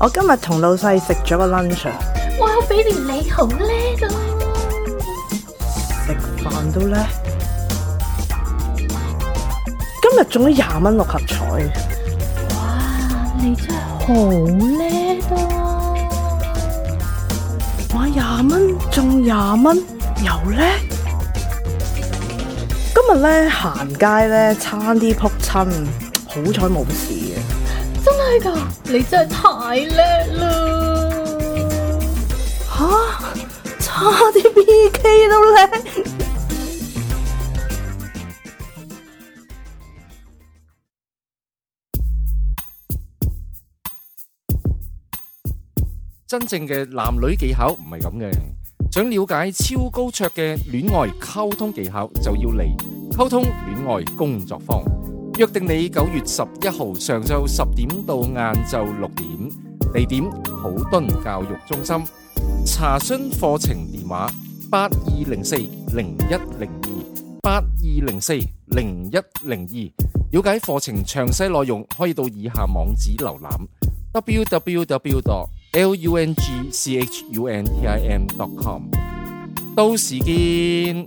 我今日同老細食咗個 lunch，啊哇！比連你好叻啊㗎喎，食飯都叻。今日中咗廿蚊六合彩，哇！你真係好叻啊㗎，買廿蚊中廿蚊，又叻。今日咧行街咧，差啲撲親，好彩冇事嘅。真係㗎！你真係太叻啦！吓、差啲 PK 都叻。真正嘅男女技巧唔係咁嘅。想了解超高卓嘅戀愛溝通技巧，就要嚟溝通戀愛工作坊。約定你九月十一號上晝十點到晏晝六點，地點普敦教育中心。查詢課程電話：八二零四零一零二八二零四零一零二。了解課程詳細內容，可以到以下網址瀏覽。www.lungchuntime.com。到時見。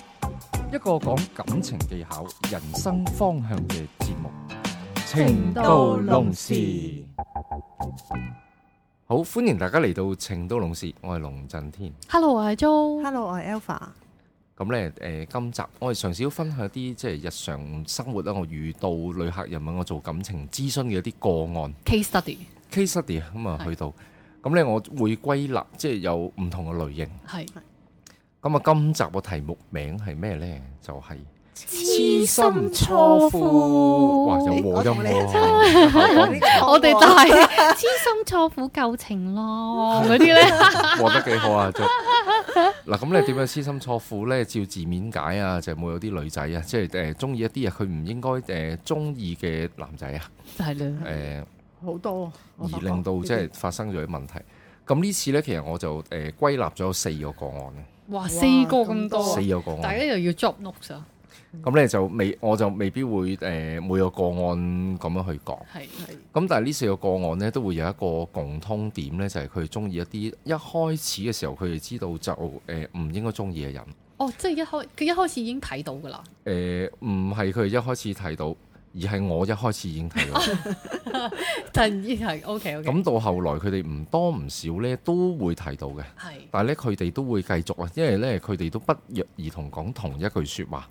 一個講感情技巧、人生方向嘅節目《情到濃時》。好，歡迎大家嚟到《情到濃時》，我係龍震天。 Hello，我係 Jo。 Hello，我係 Alpha。咁咧誒，今集我哋嘗試都分享啲即係日常生活啦，我遇到旅客人問我做感情諮詢嘅一啲個案 Case study case study 咁啊，係去到咁咧，我會歸納即係有唔同嘅類型。係咁啊，今集個題目名係咩咧？就係、痴哇！有和音我同你一喎，我哋就 係痴心錯苦舊情郎嗰啲咧，和得幾好啊！就嗱，咁你點樣痴心錯苦咧？照字面解啊，就冇有啲女仔啊，即係誒中意一啲啊，佢唔應該誒中意嘅男仔啊，就係誒、啦。好多，而令到即係發生咗啲問題。咁呢次咧，其實我就誒、歸納咗四個個案哇，四個咁嘅，多啊四，個個大家案。又要 drop notes 啊，咁咧就未，我就未必會誒、每個個案咁樣去講。係咁但係呢四個個案咧，都會有一個共通點咧，就係佢中意一啲一開始嘅時候，佢哋知道就誒唔、應該中意嘅人。哦，即係一開佢一開始已經睇到㗎 啦，誒呃唔係佢哋一開始睇到，而係我一開始已經 睇到。突然之間係 OK OK，咁到後來佢哋唔多唔少咧都會睇到嘅，係但係咧佢哋都會繼續啊，因為咧佢哋都不約而同講同一句説話。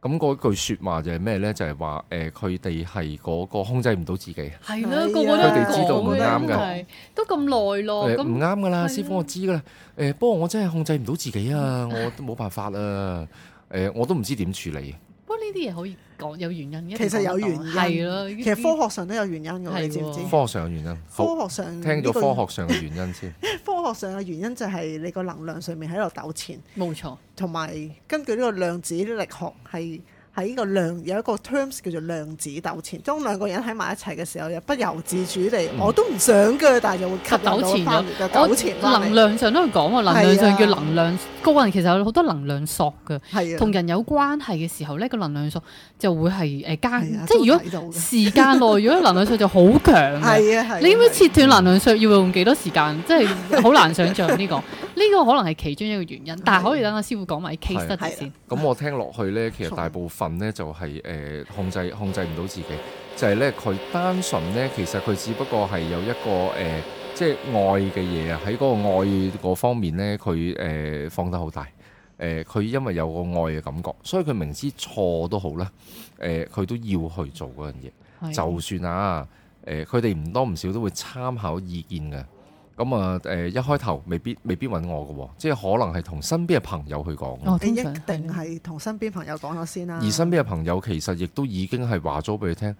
咁嗰句説話就係咩咧？就係話誒，佢哋係嗰個控制唔到自己。係啦係，個個都啊咁佢哋知道唔講啱嘅，㗎嗯真係哎都咁耐哦誒咯，呃唔咁啱噶啦，係師傅啊我知噶啦。誒，不過我真係控制唔到自己啊，嗯我都冇辦法啊。誒，我都唔知點處理。不過呢啲嘢可以講有原因嘅，其實有原因係咯，其實科學上都有原因嘅，你知唔知係？喎科學上嘅原因，好科學上聽呢咗個科學上嘅原因先。科學上嘅原因就係你個能量上面喺度糾纏，冇錯，同埋根據呢個量子力學係喺呢個量有一個 terms 叫做量子糾纏。當兩個人喺埋一齊嘅時候，又不由自主地，嗯我都唔想嘅，但係又會吸實引到翻糾纏嚟，就糾咗纏。我翻能嚟。量上都係講喎，能量係上啊叫能量，個人其實有好多能量索嘅，係啊，同人有關係嘅時候咧，個能量索就會係誒加，係啊即係如都果睇到嘅時間內，如果能量索就好強嘅。係啊係啊。你知唔係知啊切斷能量削要用幾多時間？即係好難想象 呢個，呢個可能係其中一個原因，但係可以等阿師傅講埋 case 係 study 先。咁我聽落去呢，其實大部分呢就係、誒、控制控制唔到自己，就係呢，佢單純呢，其實佢只不過係有一個誒、即係愛嘅嘢啊，喺嗰個愛嗰方面呢，佢誒、呃放得好大。誒佢、因為有個愛嘅感覺，所以佢明知錯都好啦，誒、佢都要去做嗰樣嘢。係就算啊，誒佢哋唔多唔少都會參考意見嘅。咁啊，誒、一開頭未必未必揾我嘅喎，即係可能係同身邊嘅朋友去講嘅。哦，你通一常啊定係同身邊朋友講咗先啦。而身邊嘅朋友其實亦都已經係話咗俾佢聽，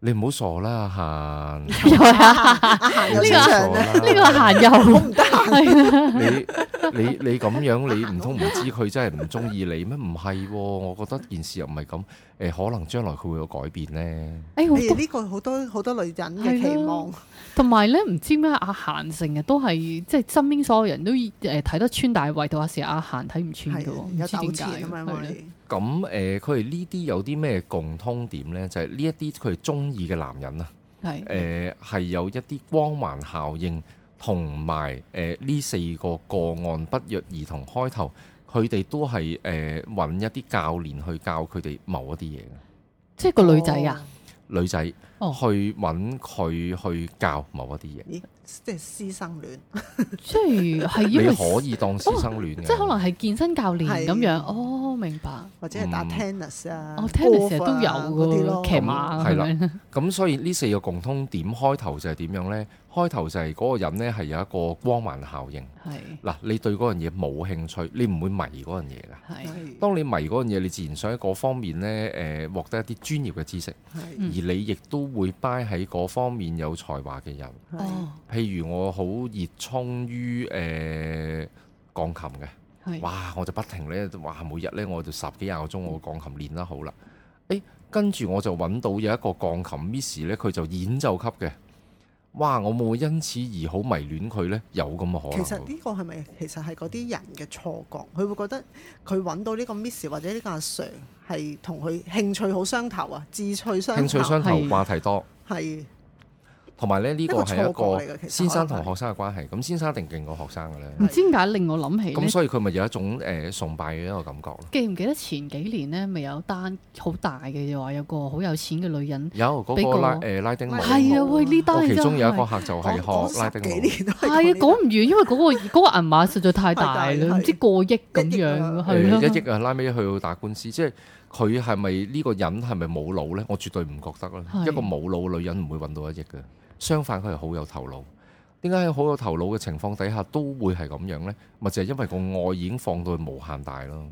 你唔好傻啦， 阿閒。又係 啊，行呢又個出場咧，呢個 閒又啊 唔得閒。你你你咁樣，你唔通唔知佢真係唔中意你咩？唔係喎，我覺得件事又唔係咁。誒、可能將來佢會有改變呢。誒哎呀好多，呢個好多好多女人係嘅咯期望，同埋咧唔知咩阿閒成日都係即係身邊所有人都誒睇得穿，但係唯獨有時阿閒睇唔穿係嘅喎，唔有啊知點糾解纏咁樣係喎咧你。咁誒，佢哋呢啲有啲咩共通點呢？就係呢一啲佢哋中意嘅男人啊，係誒、係有一啲光環效應，同埋誒呢四個個案不約而同開頭，佢哋都係誒揾一啲教練去教佢哋某一啲嘢嘅即係個女仔啊，女仔去哦揾佢去教某一啲嘢。咦，即係師生戀，哦即係係你因為哦可以啊當師生戀嘅，即係可能係健身教練咁係樣。哦，明白。或者係打嗯 tennis 啊，哦，tennis 成 golf 日啊都有嗰啲嘅咯，喎，騎馬係咁啦樣。咁所以呢四個共通點開頭就係點樣呢？開頭就係嗰個人呢係有一個光環效應。係嗱，你對嗰樣嘢冇興趣，你唔會迷嗰樣嘢㗎。係係當你迷嗰樣嘢，你自然想喺嗰方面呢誒、獲得一啲專業嘅知識，係嗯而你亦都會 buy 喺嗰方面有才華嘅人。哦，譬如我好熱衷於誒、鋼琴嘅。係哇！我就不停咧，哇！每日咧我就十幾廿個鐘，我鋼琴練得好啦。誒、跟住我就揾到有一個鋼琴 miss 咧，佢就演奏級嘅。哇！我會唔會因此而好迷戀佢呢？有咁嘅可其能實喎。呢個係咪其實係嗰啲人嘅錯覺？佢會覺得佢揾到呢個 miss 或者呢個阿 Sir 係同佢興趣好相投啊，志趣相投，興趣相投，係話題多，係同埋咧呢一個個係一錯覺嚟個嘅其實嗯先生可同能係學生嘅關係。咁先生一定勁過學生嘅咧。唔知點解令我諗起咁咧。所以佢咪有一種誒、崇拜嘅一個感覺咯。記唔記得前幾年咧，咪有單好大嘅，就話有個好有錢嘅女人，有嗰、個俾拉誒、個拉丁舞，係係啊，喂呢單我嘢其真中有一個係。客就講係學講拉丁十舞。幾年都係係啊，講唔完，因為嗰、個 嗰、個銀碼實在太太大大啦，啦唔知過億咁一億樣，啊誒係一咯，億啊，拉尾去到打官司，即係佢係咪呢個人係咪冇腦呢？我絕對唔覺得啦。係一個冇腦嘅女人唔會揾到一億嘅，相反佢係好有頭腦。點解喺好有頭腦嘅情況底下都會係咁樣呢？咪就係因為個愛已經放到去無限大咯。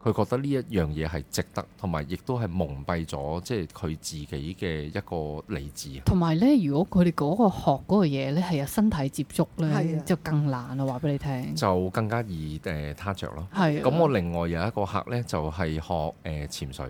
佢覺得呢一樣嘢係值得，同埋亦都係蒙蔽咗即係佢自己嘅一個理智。同埋咧，如果佢哋嗰個學嗰個嘢咧係有身體接觸係咧啊，就更難啦。話俾你聽，就更加易誒他着咯。係啊。咁我另外有一個客呢，就係學誒潛水，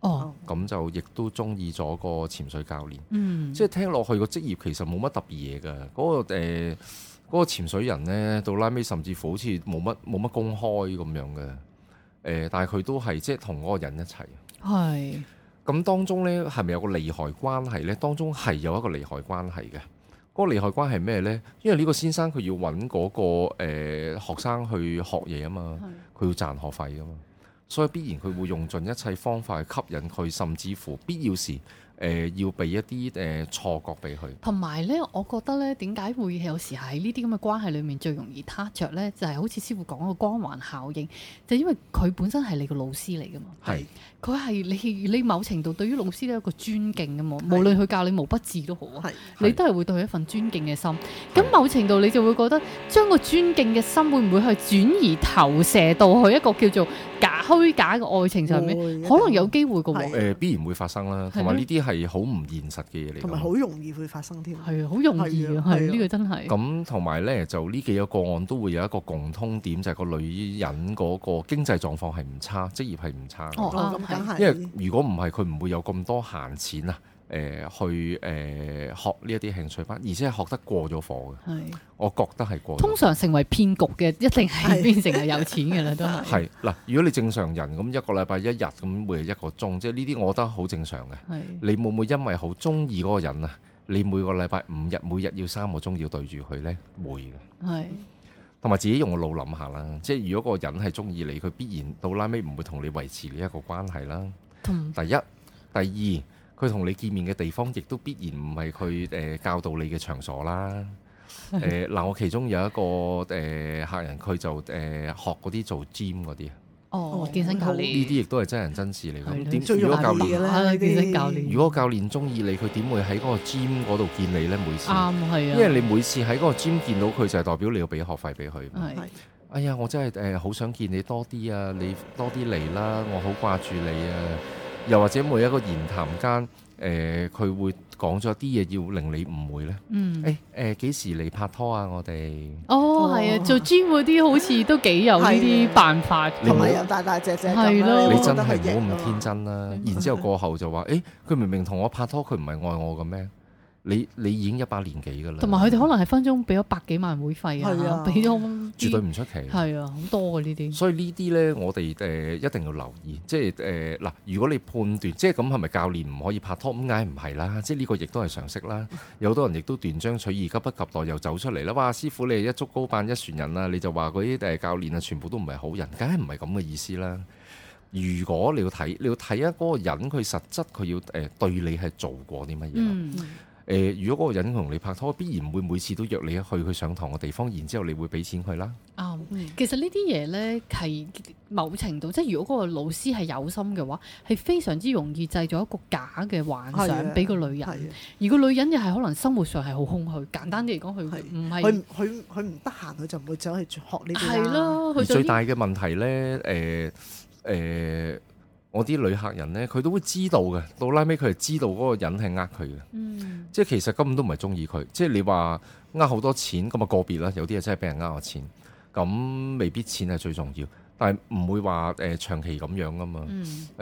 哦，咁就亦都中意咗個潛水教練。嗯，即係聽落去個職業其實冇乜特別嘢㗎，嗰、個誒嗰、個潛水人呢，到拉尾甚至乎好似冇乜冇乜公開咁樣嘅，誒、但係佢都係即係同嗰個人一齊。係咁當中呢，係咪有個利害關係呢？當中係有一個利害關係嘅。嗰、個利害關係咩呢？因為呢個先生佢要揾嗰、個誒、學生去學嘢啊嘛，佢要賺學費啊嘛，所以必然佢會用盡一切方法去吸引佢，甚至乎必要時誒、呃要俾一啲誒、錯覺俾佢。同埋咧，我覺得咧，點解會有時喺呢啲咁嘅關係裏面最容易撻着咧，就係、好似師傅講個光環效應，就因為佢本身係你個老師嚟噶嘛，係佢係你你某程度對於老師都有一個尊敬噶嘛，無論佢教你毛筆字都好啊，係你都係會對佢一份尊敬嘅心。係咁某程度你就會覺得將個尊敬嘅心會唔會去轉移投射到去一個叫做假虛假嘅愛情上面？會一定可能有機會噶喎係，誒、必然會發生啦，同係埋咯呢啲係好唔現實嘅嘢嚟㗎嘛。同埋好容易會發生添。係啊好容易係啊，啊係係啊呢個真係。咁同埋呢，就呢幾個個案都會有一個共通點，就係、個女人嗰個經濟狀況係唔差，職業係唔差嘅。哦哦，咁梗因係為如果唔係，佢唔會有咁多閒錢啊。誒、去誒、學呢一啲興趣班，而且係學得過咗火嘅，係。我覺得係過咗火。通常成為騙局嘅，一定係係變成係有錢嘅啦，都係。係嗱，如果你正常人咁一個禮拜一日咁每日一個鐘，即係呢啲我覺得好正常嘅。係你會唔會因為好中意嗰個人啊？你每個禮拜五日，每日要三個鐘要對住佢呢？會嘅。係同埋自己用個腦諗下啦，即係如果個人係中意你，佢必然到拉尾唔會同你維持呢一個關係啦。同第一、第二，佢同你見面嘅地方亦都必然唔係佢誒教導你嘅場所啦。 誒嗱、我其中有一個誒、客人，佢就誒、學嗰啲做 gym 嗰啲，呢啊哦哦健身教啲練，亦都係真人真事嚟係嘅。咯點最如容果易教嘅練咧啊呢啲健身教練如果教練中意你，佢點會喺嗰個 gym 嗰度見你呢？每次，啱係因啊，為你每次喺嗰個 gym 見到佢，就係代表你要俾學費俾佢。係哎呀，我真係誒好想見你多啲啊！你多啲嚟啦，我好掛住你啊！誒、又或者每一個言談間，誒佢會講咗啲嘢要令你誤會呢？嗯，誒誒幾時嚟拍拖啊？我哋哦，係啊，做 gym 嗰啲好似都幾有呢係啲啊辦法你同唔好埋嘅。又大大隻隻咁係咯樣，你會覺真得係佢型唔好啊咁嘛天真啦。然之後過後就話：，誒佢明明同我拍拖，佢唔係愛我嘅咩？你你已經一把年紀㗎啦，同埋佢哋可能係分鐘俾咗百幾萬會費係啊，啊俾咗啲絕對唔出奇。係啊，好多嘅呢啲。所以呢啲呢，我哋誒、呃一定要留意，即係誒嗱，如果你判斷即係咁係咪教練唔可以拍拖，咁梗係唔係啦？即係呢個亦都係常識啦。有好多人亦都斷章取義，急不及待又走出嚟啦。哇，師傅你係一竹篙扮一船人啊！你就話嗰啲誒教練啊，全部都唔係好人，梗係唔係咁嘅意思啦。如果你要睇，你要睇啊嗰個人佢實質佢要誒、呃、對你係做過啲乜嘢咯。嗯，誒、如果嗰個人同你拍拖，必然會每次都約你去佢上堂嘅地方，然之後你會俾錢佢啦。嗯啱。其實呢啲嘢呢，係某程度，即係如果嗰個老師係有心嘅話，係非常之容易製造一個假嘅幻係想啊俾個女人。係啊而個女人又係可能生活上係好空虛，簡單啲嚟講，佢係唔佢係唔佢唔佢唔得閒，佢就唔會走去學呢啲係。咯，而佢最就大嘅問題呢，誒、誒、我啲女客人呢，佢都會知道嘅，到拉尾佢係知道嗰個人係呃佢嘅，嗯即係其實根本都唔係中意佢，即係你話呃好多錢咁啊個別啦，有啲嘢真係俾人呃我錢，咁未必錢係最重要，但係唔會話誒、呃長期咁樣噶嘛，誒、呃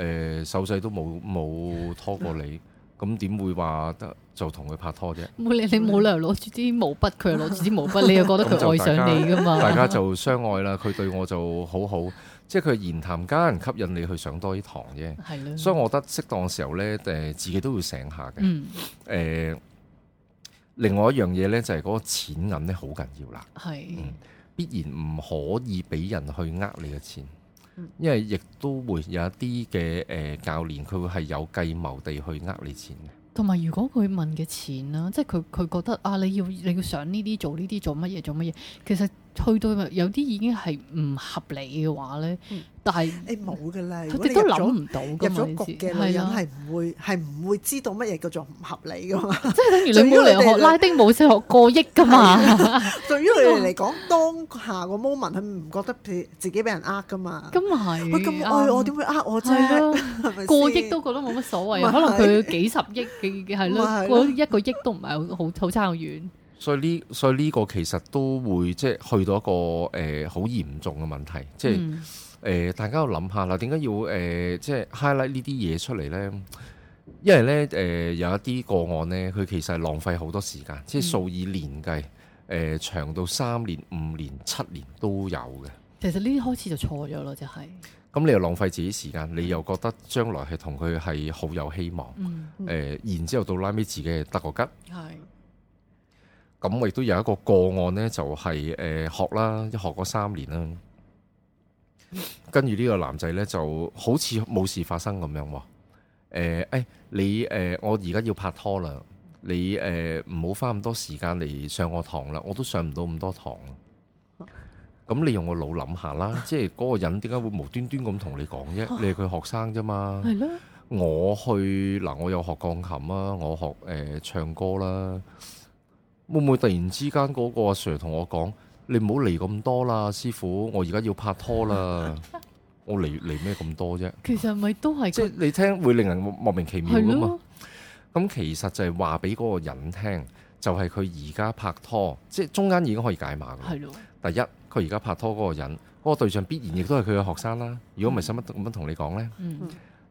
嗯手勢都冇冇拖過你，咁點會話得就同佢拍拖啫？冇你你冇理由攞住支毛筆，佢又攞住支毛筆，你又覺得佢愛上你噶嘛？大家就相愛啦，佢對我就好好，即係佢言談間吸引你去上多啲堂啫。係咯，所以我覺得適當時候呢，誒、自己都要醒下嘅。誒、嗯另外一樣嘢呢，就係、嗰個錢銀呢，好緊要啦，係嗯必然唔可以俾人去呃你嘅錢，因為亦都會有一啲嘅誒教練，佢會係有計謀地去呃你錢嘅。同埋，如果佢問嘅錢啦，即係佢佢覺得啊，你要你要上呢啲做呢啲做乜嘢做乜嘢，其實去到有啲已經係唔合理嘅話咧，但係你冇噶啦，佢嗯如果哋你都入諗咗唔到入㗎嘛，咗局你知嘅女人啊係唔會係唔會知道乜嘢叫做唔合理 噶嘛。即係等於你仲要冇嚟佢哋啊學拉丁舞，先學過億㗎嘛，對於佢哋嚟講，當下個 moment 佢唔覺得自自己俾人呃噶嘛。咁係佢咁愛我，點啱會呃我啫？係啊係咪先過億都覺得冇乜所謂，咪係可能佢幾十億嘅係咯，咪係咯嗰一個億都唔係好好好差好遠。所以呢，所以呢個其實都會即係去到一個誒好、嚴重嘅問題，即係。嗯誒、呃大家要諗下啦，點解要誒、即係 highlight 呢啲嘢出嚟呢？因為呢，誒、有一啲個案呢，佢其實係浪費好多時間，即係數以年計，誒、長到三年、五年、七年都有嘅。其實呢啲開始就錯咗咯，就係咁你又浪費自己時間，你又覺得將來係同佢係好有希望，誒、嗯然之後到拉尾自己係得個吉。係咁我亦都有一個個案呢，就係、誒、學啦，一學嗰三年啦，跟住呢個男仔呢，就好似冇事發生咁樣喎。誒、哎你誒、我而家要拍拖啦，你誒唔好花咁多時間嚟上我堂啦，我都上唔到咁多堂啊。咁你用個腦諗下啦，即係嗰個人點解會無端端咁同你講啫？你係佢學生啫嘛。係咯，我去嗱，我有學鋼琴啊，我學誒、呃唱歌啦。會唔會突然之間嗰個阿 Sir 同我講：你唔好嚟咁多啦，師傅，我而家要拍拖 啦。我嚟嚟咩咁多啫？其實咪都係即係佢你聽會令人莫名其妙係噶嘛咯。，咁其實就係話俾嗰個人聽，就係佢而家拍拖，即係中間已經可以解碼㗎啦係咯。第一，佢而家拍拖嗰個人，嗰、個對象必然亦都係佢嘅學生啦。如果唔係，使乜咁樣同你講呢？嗯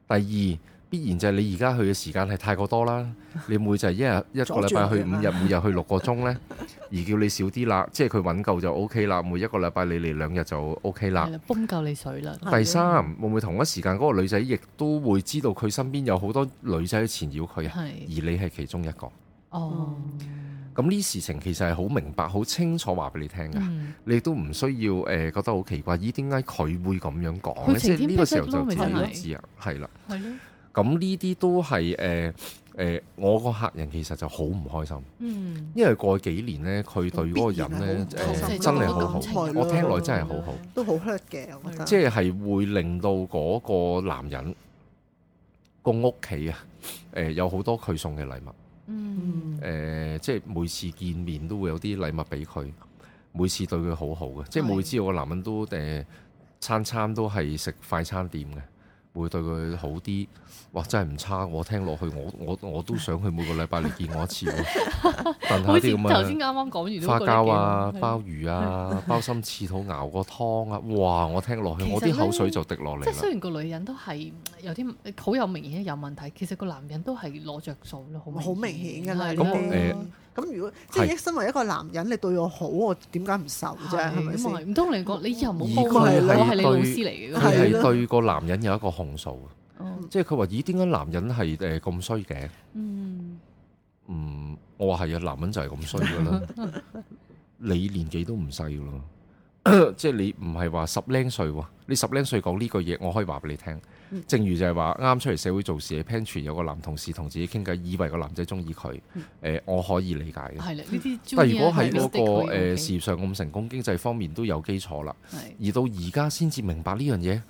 第二，必然就係你而家去嘅時間係太過多 啦，你每就係一日一個禮拜去啊五日，每日去六個鐘呢，而叫你少啲啦，即係佢揾夠就 O K 啦，每一個禮拜你嚟兩日就 O K 啦係。啦，泵夠你水啦。第三，會唔會同一時間嗰個女仔亦都會知道佢身邊有好多女仔去纏繞佢啊？而係你係其中一個，哦，咁呢事情其實係好明白、好清楚話俾你聽㗎。啊嗯，你都唔需要誒、覺得好奇怪，咦？點解佢會咁樣講佢咧？即係晴天呢個時候就霹自己都靂咯咪真係知啊，係啦。係咯，咁呢啲都係誒誒，我個客人其實就好唔開心，Ừ. 嗯，因為過去幾年呢，佢對嗰個人呢，必然係好唔開誒心真係好好即係，嗰個感情嗯我聽落真係好好，都好 hurt 嘅，我覺得。即係係會令到嗰個男人個屋企啊誒有好多佢送嘅禮物。Ừ. 嗯，誒、呃即係每次見面都會有啲禮物俾佢，每次對佢好好嘅，即係係呃每次我個男人都誒、餐餐都係食快餐店嘅，會對佢好啲。哇！真係唔差，我聽落去，我我我都想去每個禮拜嚟見我一次喎。 燉下好似啲咁頭先啱嘅啱講完都花覺得幾膠好啊、係鮑魚啊、鮑參翅肚熬個湯啊，哇！我聽落去，其實我啲口呢水就滴落嚟即係啦雖。然個女人都係嗯有啲好有明顯有問題，其實個男人都係攞着數咯，好好明顯㗎啦係咁啦我誒咁如果即係身為一個男人，你對我好，我點解唔受啫？係咪係先咁？啊咪唔通你講你以後冇咦幫我，佢係我係你對老師嚟佢嘅咁哦係係咯對個男人有一個控訴，樣，即係佢話：咦，點解男人係誒咁衰嘅？嗯，嗯，我話係啊，男人就係咁衰噶啦。 你年紀都唔細噶啦， 即係你唔係話十零歲喎。你十零歲講呢句嘢，我可以話俾你聽。嗯正如就係話啱出嚟社會做事喺 pantry 有個男同事同自己傾偈，以為個男仔中意佢。誒、嗯我可以理解嘅。係啦，呢啲嗯但如果喺嗰、個誒、誒事業上咁成功，經濟方面都有基礎啦，係。而到而家先至明白呢樣嘢，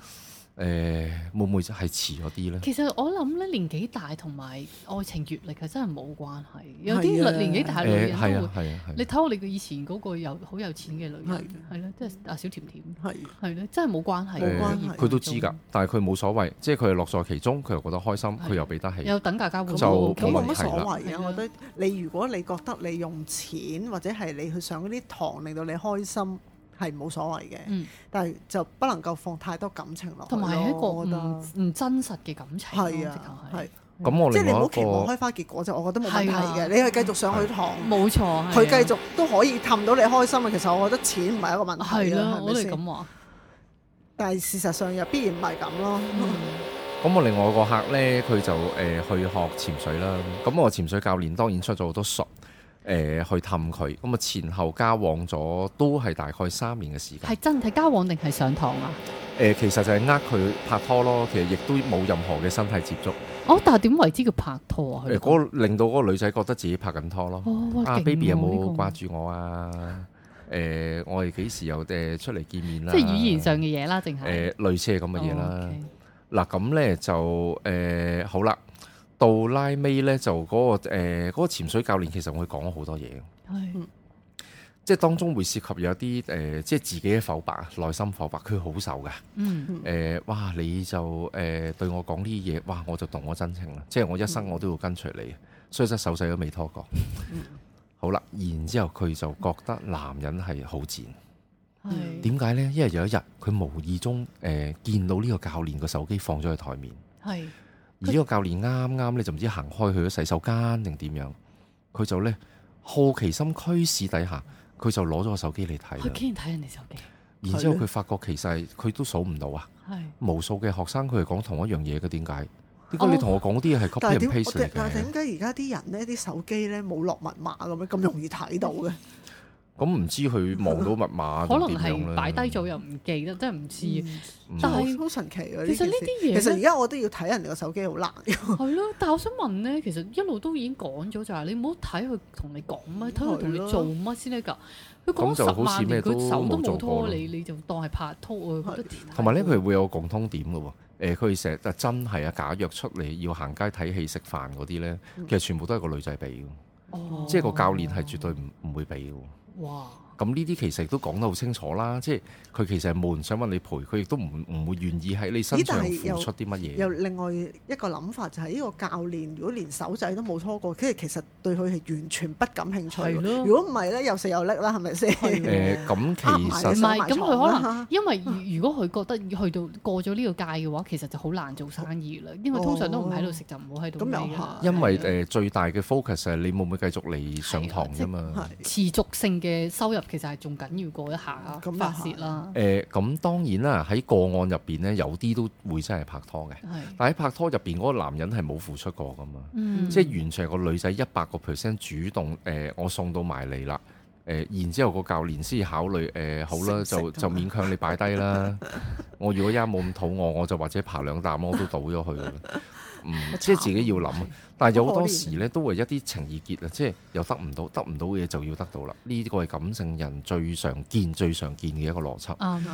誒、會唔會係遲咗啲呢？其實我諗咧，年紀大同埋愛情閲歷係啊真係冇關係。有係啊啲女年紀大嘅女誒人係都啊會，係啊係你啊，睇我哋嘅以前嗰個有好有錢嘅女係人，係咯，即係阿小甜甜，係係咯，真係冇關係冇嘅。關事業係佢都知當中㗎，但係佢冇所謂，即係佢係樂在其中，佢又覺得開心，佢又俾得起。有等價交換就咁都冇 OK 乜問題所啦謂係啊！啊我覺得你如果你覺得你用錢或者係你去上嗰啲堂令到你開心係冇所謂嘅，嗯但係就不能夠放太多感情落去同埋係一咯我覺個得唔唔真實嘅感情咯，係啊直，頭係係咁我即係另你唔外好一期望個開花結果就，我覺得冇問題係嘅。啊你去繼續上佢堂，冇錯。係啊佢繼續都可以氹到你開心嘅。其實我覺得錢唔係一個問題係啦，啦，係我咪哋先？咁話，但係事實上又必然唔係咁咯。咁我另外一個客呢，佢就誒、呃去學潛水啦。咁我潛水教練當然出咗好多術誒、呃去氹佢。咁啊前後交往咗都係大概三年嘅時間。係真係交往定係上堂啊？誒、其實就係呃佢拍拖咯，其實亦都冇任何嘅身體接觸，誒、哦，但係點為之叫拍拖啊？佢哋講嗰個令到嗰個女仔覺得自己拍緊拖咯。哦，哇啊勁，baby 有喎冇呢個掛住我啊？誒、我哋幾時又誒出嚟見面啦？啊即係語言上嘅嘢啦，淨誒、係呃類似係咁嘅嘢啦。哦嗱咁咧就誒、好啦，到拉尾咧就嗰、個誒嗰、個潛水教練其實會講咗好多嘢， ，OK，係即係當中會涉及有啲誒、即係自己嘅剖白、內心剖白，佢好受㗎。嗯誒、哇！你就誒、對我講呢啲嘢，哇！我就動我真情啦，即係我一嗯生我都要跟隨你，雖則手勢都未拖過。好啦，然之後佢就覺得男人係好賤，嗯嗯係點解呢？因為有一日佢無意中誒、呃見到呢個教練個手機放咗喺台面。係而呢個教練啱啱咧就唔知行開去咗洗手間定點樣，佢就咧好奇心驅使底下，佢就攞咗個手機嚟睇佢啦。竟然睇人哋手機，然之後佢發覺其實佢都數唔到啊，係無數嘅學生佢係講同一樣嘢嘅，點解？點哦解你同我講啲嘢係但 copy 係 and 點？我 paste 嚟哋但係嘅？點解而家啲人呢啲手機呢冇落密碼咁樣咁容易睇到嘅？咁唔知佢望到密碼可能定點樣係咧擺低咗又唔記得，真係唔知。啊嗯但係好好神奇啊！其實件呢事啲嘢其實而咧家我都要睇人哋個手機好難。嗯係咯，但係我想問咧，其實一路都已經講咗就係你唔好睇佢同你講乜，睇佢同你做乜先得㗎。佢講咁就十好似萬咩年，都佢手都冇做冇過拖咯你，你就當係拍拖，我覺得同埋咧，佢係會有共通點嘅喎。誒，佢哋成日就真係啊假約出嚟要行街睇戲食飯嗰啲咧，嗯其實全部都係個女仔俾嘅，哦即係個教練係絕對唔唔會俾嘅喎。哇，咁呢啲其實都講得好清楚啦，即係佢其實係冇人想揾你陪，佢亦都唔唔會願意喺你身咦但上係又付出啲乜 有嘢。另外一個諗法就係呢個教練，如果連手仔都冇拖過，跟住其實對佢係完全不感興趣係喎。咯如果唔係呢，又食又叻啦，係咪先？誒係咁呃埋其唔你實手係咁，佢可啦能因為如如果佢覺得去到過咗呢個界嘅話，其實就好難做生意啦。因為哦通常都唔喺度食就唔好喺度咁又孭啦啊係啊因為誒最大嘅 focus 係你會唔會繼續嚟上堂啫嘛。 係持續性嘅收入其實係仲緊要過一下咁又發係泄啦，誒呃咁當然啦，喺個案入邊咧，有啲都會真係拍拖嘅，係但喺拍拖入邊嗰個男人係冇付出過噶嘛，嗯即係完全係個女仔一百個 percent 主動誒、我送到埋嚟啦。誒，然之後個教練先考慮誒、好食唔啦，食就咁啊就勉強你 擺低啦。我如果一冇咁肚餓，我就或者爬兩啖咯我都倒咗佢噶啦。嗯，即係自己要諗啊。但係有好好可多憐時咧，都係一啲情意結啊，即係又得唔到，得唔到嘅嘢就要得到啦。呢個係感性人最常見、最常見嘅一個邏輯。誒、嗯啱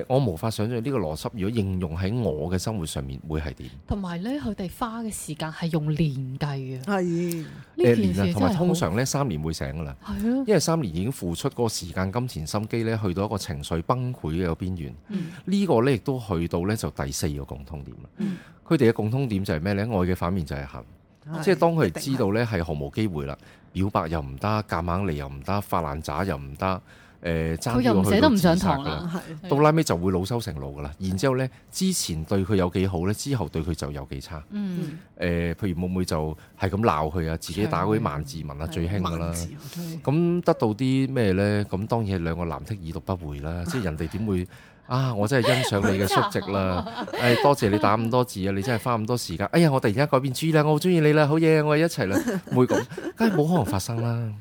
啱。我無法想象呢個邏輯如果應用喺我嘅生活上面會係點。同埋咧，佢哋花嘅時間係用年計嘅，啊係呢誒件年啊事真同埋係通好常咧三年會醒噶啦。係啊咯，因為三年已經付出嗰個時間、金錢、心機咧，去到一個情緒崩潰嘅邊緣。嗯呢、個咧亦都去到咧就第四個共通點啦嗯。佢哋嘅共通點就係咩呢？愛嘅反面就係恨，即係當佢哋知道咧係毫無機會啦，表白又唔得，夾硬嚟又唔得，發爛渣又唔得，誒爭佢啲又唔要去到捨得自唔上殺堂㗎啦。啦。係到拉尾就會老羞成怒噶啦，然之後呢，之前對佢有幾好呢，之後對佢就有幾差。嗯，誒、譬如妹妹就係咁鬧佢啊，自己打嗰啲萬字文啊，係最興噶啦萬。字係咁得到啲咩呢？咁當然係兩個男的已讀不回啦，即係人哋點會啊？我真係欣賞你嘅率直啦！ 誒、多謝你打咁多字啊！你真係花咁多時間。哎呀，我突然間改變主意啦，我好中意你啦，好嘢，我哋一齊啦，唔會咁，梗係冇可能發生啦。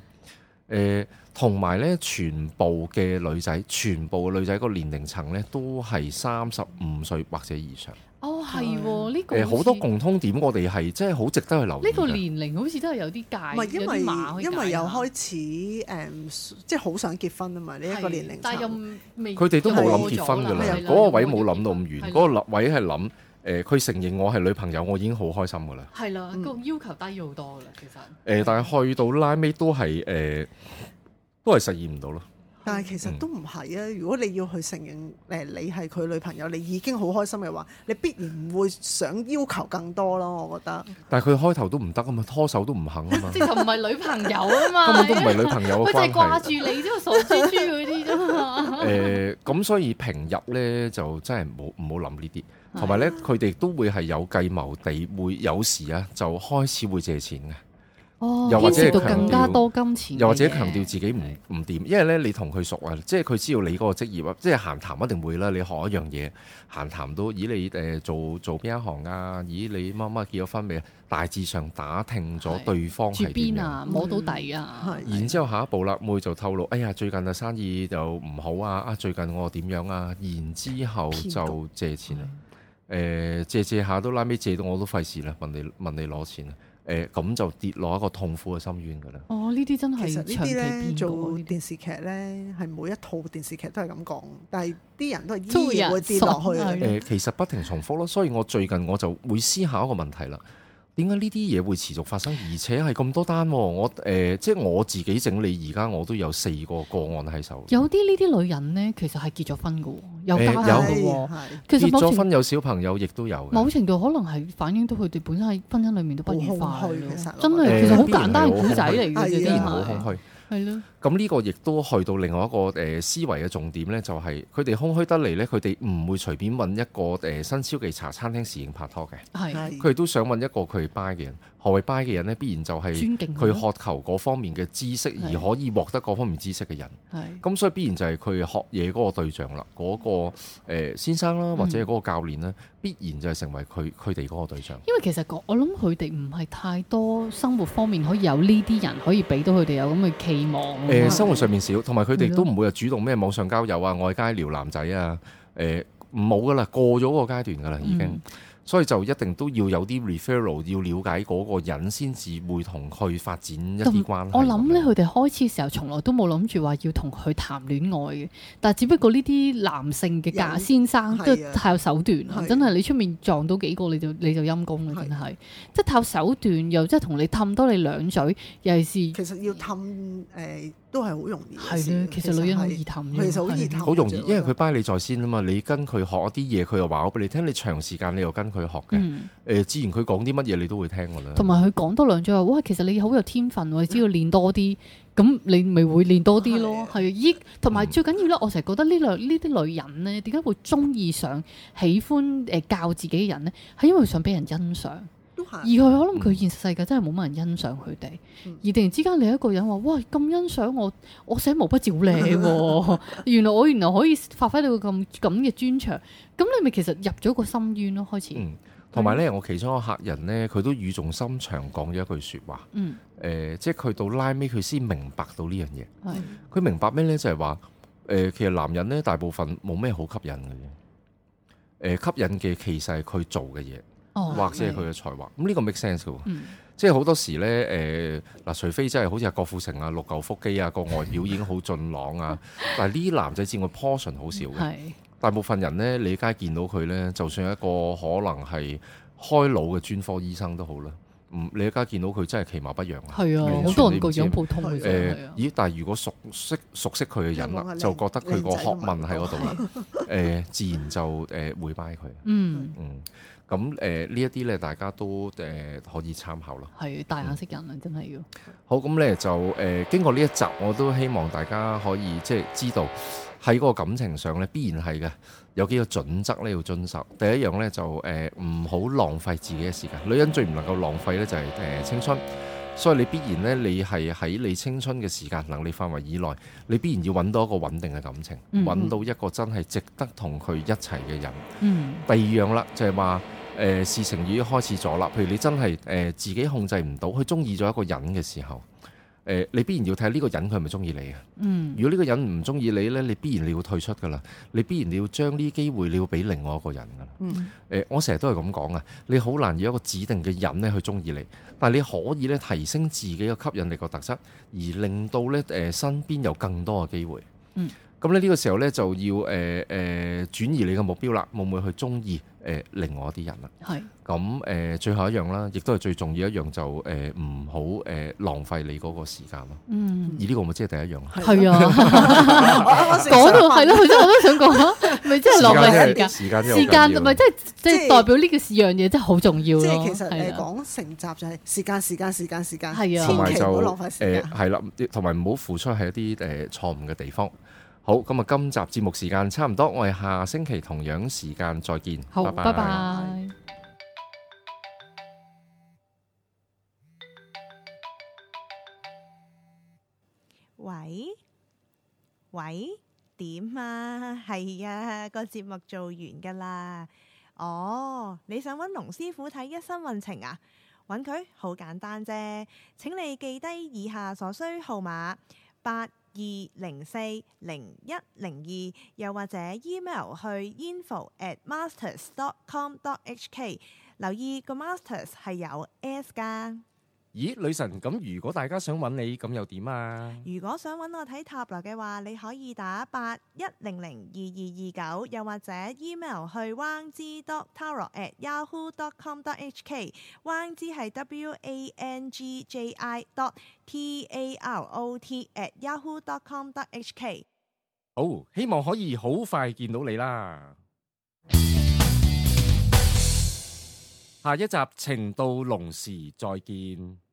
誒、同埋呢，全部嘅女仔，全部嘅女仔個年齡層呢，都係三十五歲或者以上。哦嗯係喎，呢誒、個好似多共通點，我哋係真係好值得去留意呢個嘅年齡好似都係有啲唔界，係因有為啲碼可以因為界又下開始誒，即係好想結婚啊嘛！呢一個係年齡層，但又未佢哋都冇諗結婚㗎啦哎係，啊啊嗰個位冇又諗到咁係遠，啦嗰個位係諗誒，佢承認我係女朋友，我已經好開心㗎啦。係啦，嗯個要求低咗好多啦，其實 誒，但係去到拉尾都係誒，都係實現唔到咯。但係其嗯實都唔係啊！如果你要去承認誒你係佢女朋友，你已經好開心嘅話，你必然唔會想要求更多咯。我覺啊得但係佢開頭都唔得啊嘛，拖手都唔肯 啊嘛，直頭唔係女朋友啊嘛， 根本都唔係女朋友嘅佢就係關掛係。住你啫嘛，傻豬豬嗰啲啫嘛，誒，咁所以平日咧就真係冇唔好諗呢啲，同埋咧啊佢哋都會係有計謀地會有時啊就開始會借錢嘅。哦又或 者牽涉到係強更加調多金錢嘅嘢，又或者強調自己唔唔掂，因為咧你同佢熟啊，即係佢知道你嗰個職業啊，即係閒談一定會啦。你學一樣嘢，閒談都咦你誒、呃做做邊一行啊？咦你乜乜結咗婚未啊？大致上打聽咗係對方住係點邊樣。啊，摸到底啊，係然之後下一步啦，妹就透露：哎呀，最近嘅生意就唔好啊！啊，最近我點樣啊？然之後就借錢啦。誒、嗯借借下都拉尾借到我都費事啦，問你問你攞錢啦。誒、咁就跌落一個痛苦嘅深淵㗎啦。哦呢啲真其係實呢長期啲咧變做過呢啲電視劇咧，係每一套電視劇都係咁講，但係啲人都都係會依有然人會跌落去信嘅。係誒、呃其實不停重複咯，所以我最近我就會思考一個問題啦。點解呢啲嘢會持續發生，而且係咁多單喎、我誒、呃即係我自己整理，而家我都有四個個案喺手。有啲呢啲女人咧，其實係結咗婚嘅喎，啊有誒家有嘅喎。係其結實某咗程婚有小朋友，亦都有嘅。某程度可能係反映到佢哋本身喺婚姻裏面都不愉快好咯空虛其實我真覺係得其實好誒啲人簡單係嘅好故仔嚟空虛嘅啫，啲人真好空啊係虛。係咯，咁呢個亦都去到另外一個誒、思維嘅重點呢，就係佢哋空虛得嚟呢，佢哋唔會隨便揾一個誒、新超記茶餐廳侍應拍拖嘅，係佢哋都想揾一個佢 buy 嘅人。何謂 buy 嘅人呢？必然就係、尊敬佢咯渴求嗰方面嘅知識，而嗯係可以獲得嗰方面知識嘅人，係咁所以必然就係佢學嘢嗰個對象啦，嗰、個呃先生嗯啦，或者係嗰個教練啦，必然就係成為佢佢哋嗰個對象。因為其實我我諗佢哋唔係太多生活方面可以有呢啲人可以俾到佢哋有咁嘅期望啊嘛。誒、呃生活上面少，同埋佢哋係都咯唔會有主動咩網上交友啊、外街撩男仔啊，誒冇噶啦，過咗個階段噶啦已經，嗯所以就一定都要有啲 referral，要了解嗰個人先至會同佢發展一啲關係咁樣。我諗咧，佢哋開始嘅時候從來都冇諗住話要同佢談戀愛嘅，但係只不過呢啲男性嘅假有先生係啊都係太有手段啦係，啊真係你出面撞到幾個你就你就陰公啦，係真係，即係靠手段又即係同你氹多你兩嘴，尤其是其實要氹誒都係好容易嘅係事咧，其實女人好易係氹其嘅，實好易氹好容易，因為我覺佢巴你在先啊嘛。你跟佢學一啲嘢，佢又話我俾你聽。你長時間你又跟佢學嘅，誒、嗯，自然佢講啲乜嘢你都會聽噶啦。同埋佢講多兩句話，哇，其實你好有天分喎，你只要練多啲，咁你咪會練多啲咯，啊係依同埋嗯最緊要咧，我成日覺得呢類呢啲女人咧，點解會中意上喜歡誒教自己嘅人咧？係因為想俾人欣賞，啊都而係 佢可能佢現實世界真係冇乜人欣賞佢哋，嗯而突然之間你一個人話：哇，咁欣賞我，我寫毛筆字好靚喎， 原來我原來可以發揮到咁咁嘅專長，咁你咪其實入咗個深淵咯，開始，嗯同埋咧，我其中一個客人咧，佢都語重心長講咗一句説話，嗯，誒、即係佢到拉尾佢先明白到呢樣嘢。係佢明白咩咧？就係話誒，其實男人咧大部分冇咩好吸引嘅嘢，誒、吸引嘅其實係佢做嘅嘢，哦，或者係佢嘅才華。咁呢個 make sense 嘅喎。嗯，即係好多時咧，誒、嗱，除非真係好似阿郭富城啊、陸嚿腹肌啊，個外表已經 好俊朗啊，但係呢啲男仔佔嘅 portion 好少嘅。係大部分人呢，你街見到佢呢，就算一個可能係開腦嘅專科醫生都好啦，唔，你街見到佢真係其貌不揚啊。係完啊，全好多人你個唔知樣普通嘅誒、啫，係啊，啊咦！但係如果熟悉熟悉佢嘅人因為啦，我就靚覺得佢個靚仔學都買問喺嗰度啦。 誒、自然就誒、會 buy 佢。嗯，嗯，咁誒呢一啲咧，大家都誒、可以參考咯。係大眼識嗯人啊，真係要，好，咁咧就誒、呃、經過呢一集，我都希望大家可以即係知道喺嗰個感情上咧，必然係嘅，有幾個準則咧要遵守。第一樣咧就誒唔好浪費自己嘅時間，女人最唔能夠浪費咧就係、誒、青春。所以你必然咧，你係喺你青春嘅時間能力範圍以內，你必然要揾到一個穩定嘅感情，嗯揾、到一個真係值得同佢一齊嘅人。嗯第二樣啦，就係話誒事情已經開始咗啦。譬如你真係誒、呃自己控制唔到，佢中意咗一個人嘅時候，誒、你必然要睇下呢個人佢係咪中意你啊。嗯如果呢個人唔中意你呢，你必然你要退出噶啦，你必然你要將呢啲機會你要俾另外一個人噶啦。嗯誒我成日都係咁講啊，你好難要一個指定嘅人咧去中意你，但係你可以咧提升自己嘅吸引力個特質，而令到咧誒身邊有更多嘅機會。嗯。咁咧呢個時候咧就要誒誒、轉移你嘅目標啦，會唔會去中意誒另外一啲人啦？係咁誒、呃最後一樣啦，亦都係最重要一樣就誒唔好誒浪費你嗰個時間咯。嗯而呢個咪即係第一樣咯。係啊，講講到係咯，佢真係我都想講，咪真係浪費時間。時間真係好時緊要間咪即係即即係係代表呢個事樣嘢真係好重要即咯。係其實係誒啊講成集就係時間時間時間時間，係啊同埋千祈就唔好浪費時誒間。係啦，同埋唔好付出喺一啲誒、呃、錯誤嘅地方。好，咁啊，今集節目時間差唔多，我哋下星期同樣時間再見。好，拜拜。喂喂，點啊？ 係啊，個節目做完噶啦。哦，你想揾龍師傅睇一生運程啊？揾佢好簡單啫。請你記低以下所需號碼：八二零四零一零二，又或者 email 去 info at masters dot com dot hk。留意個 masters 係有 s 㗎。咦，女神，咁如果大家想揾你，咁又點啊？如果想揾我睇塔羅嘅話，你可以打八一零零二二二九，又或者 email 去 wang z dot tarot at yahoo dot com dot hk。wang z 係 w a n g j i dot t a r o t at yahoo dot com dot hk。好，希望可以好快見到你啦。下一集情到濃時再見。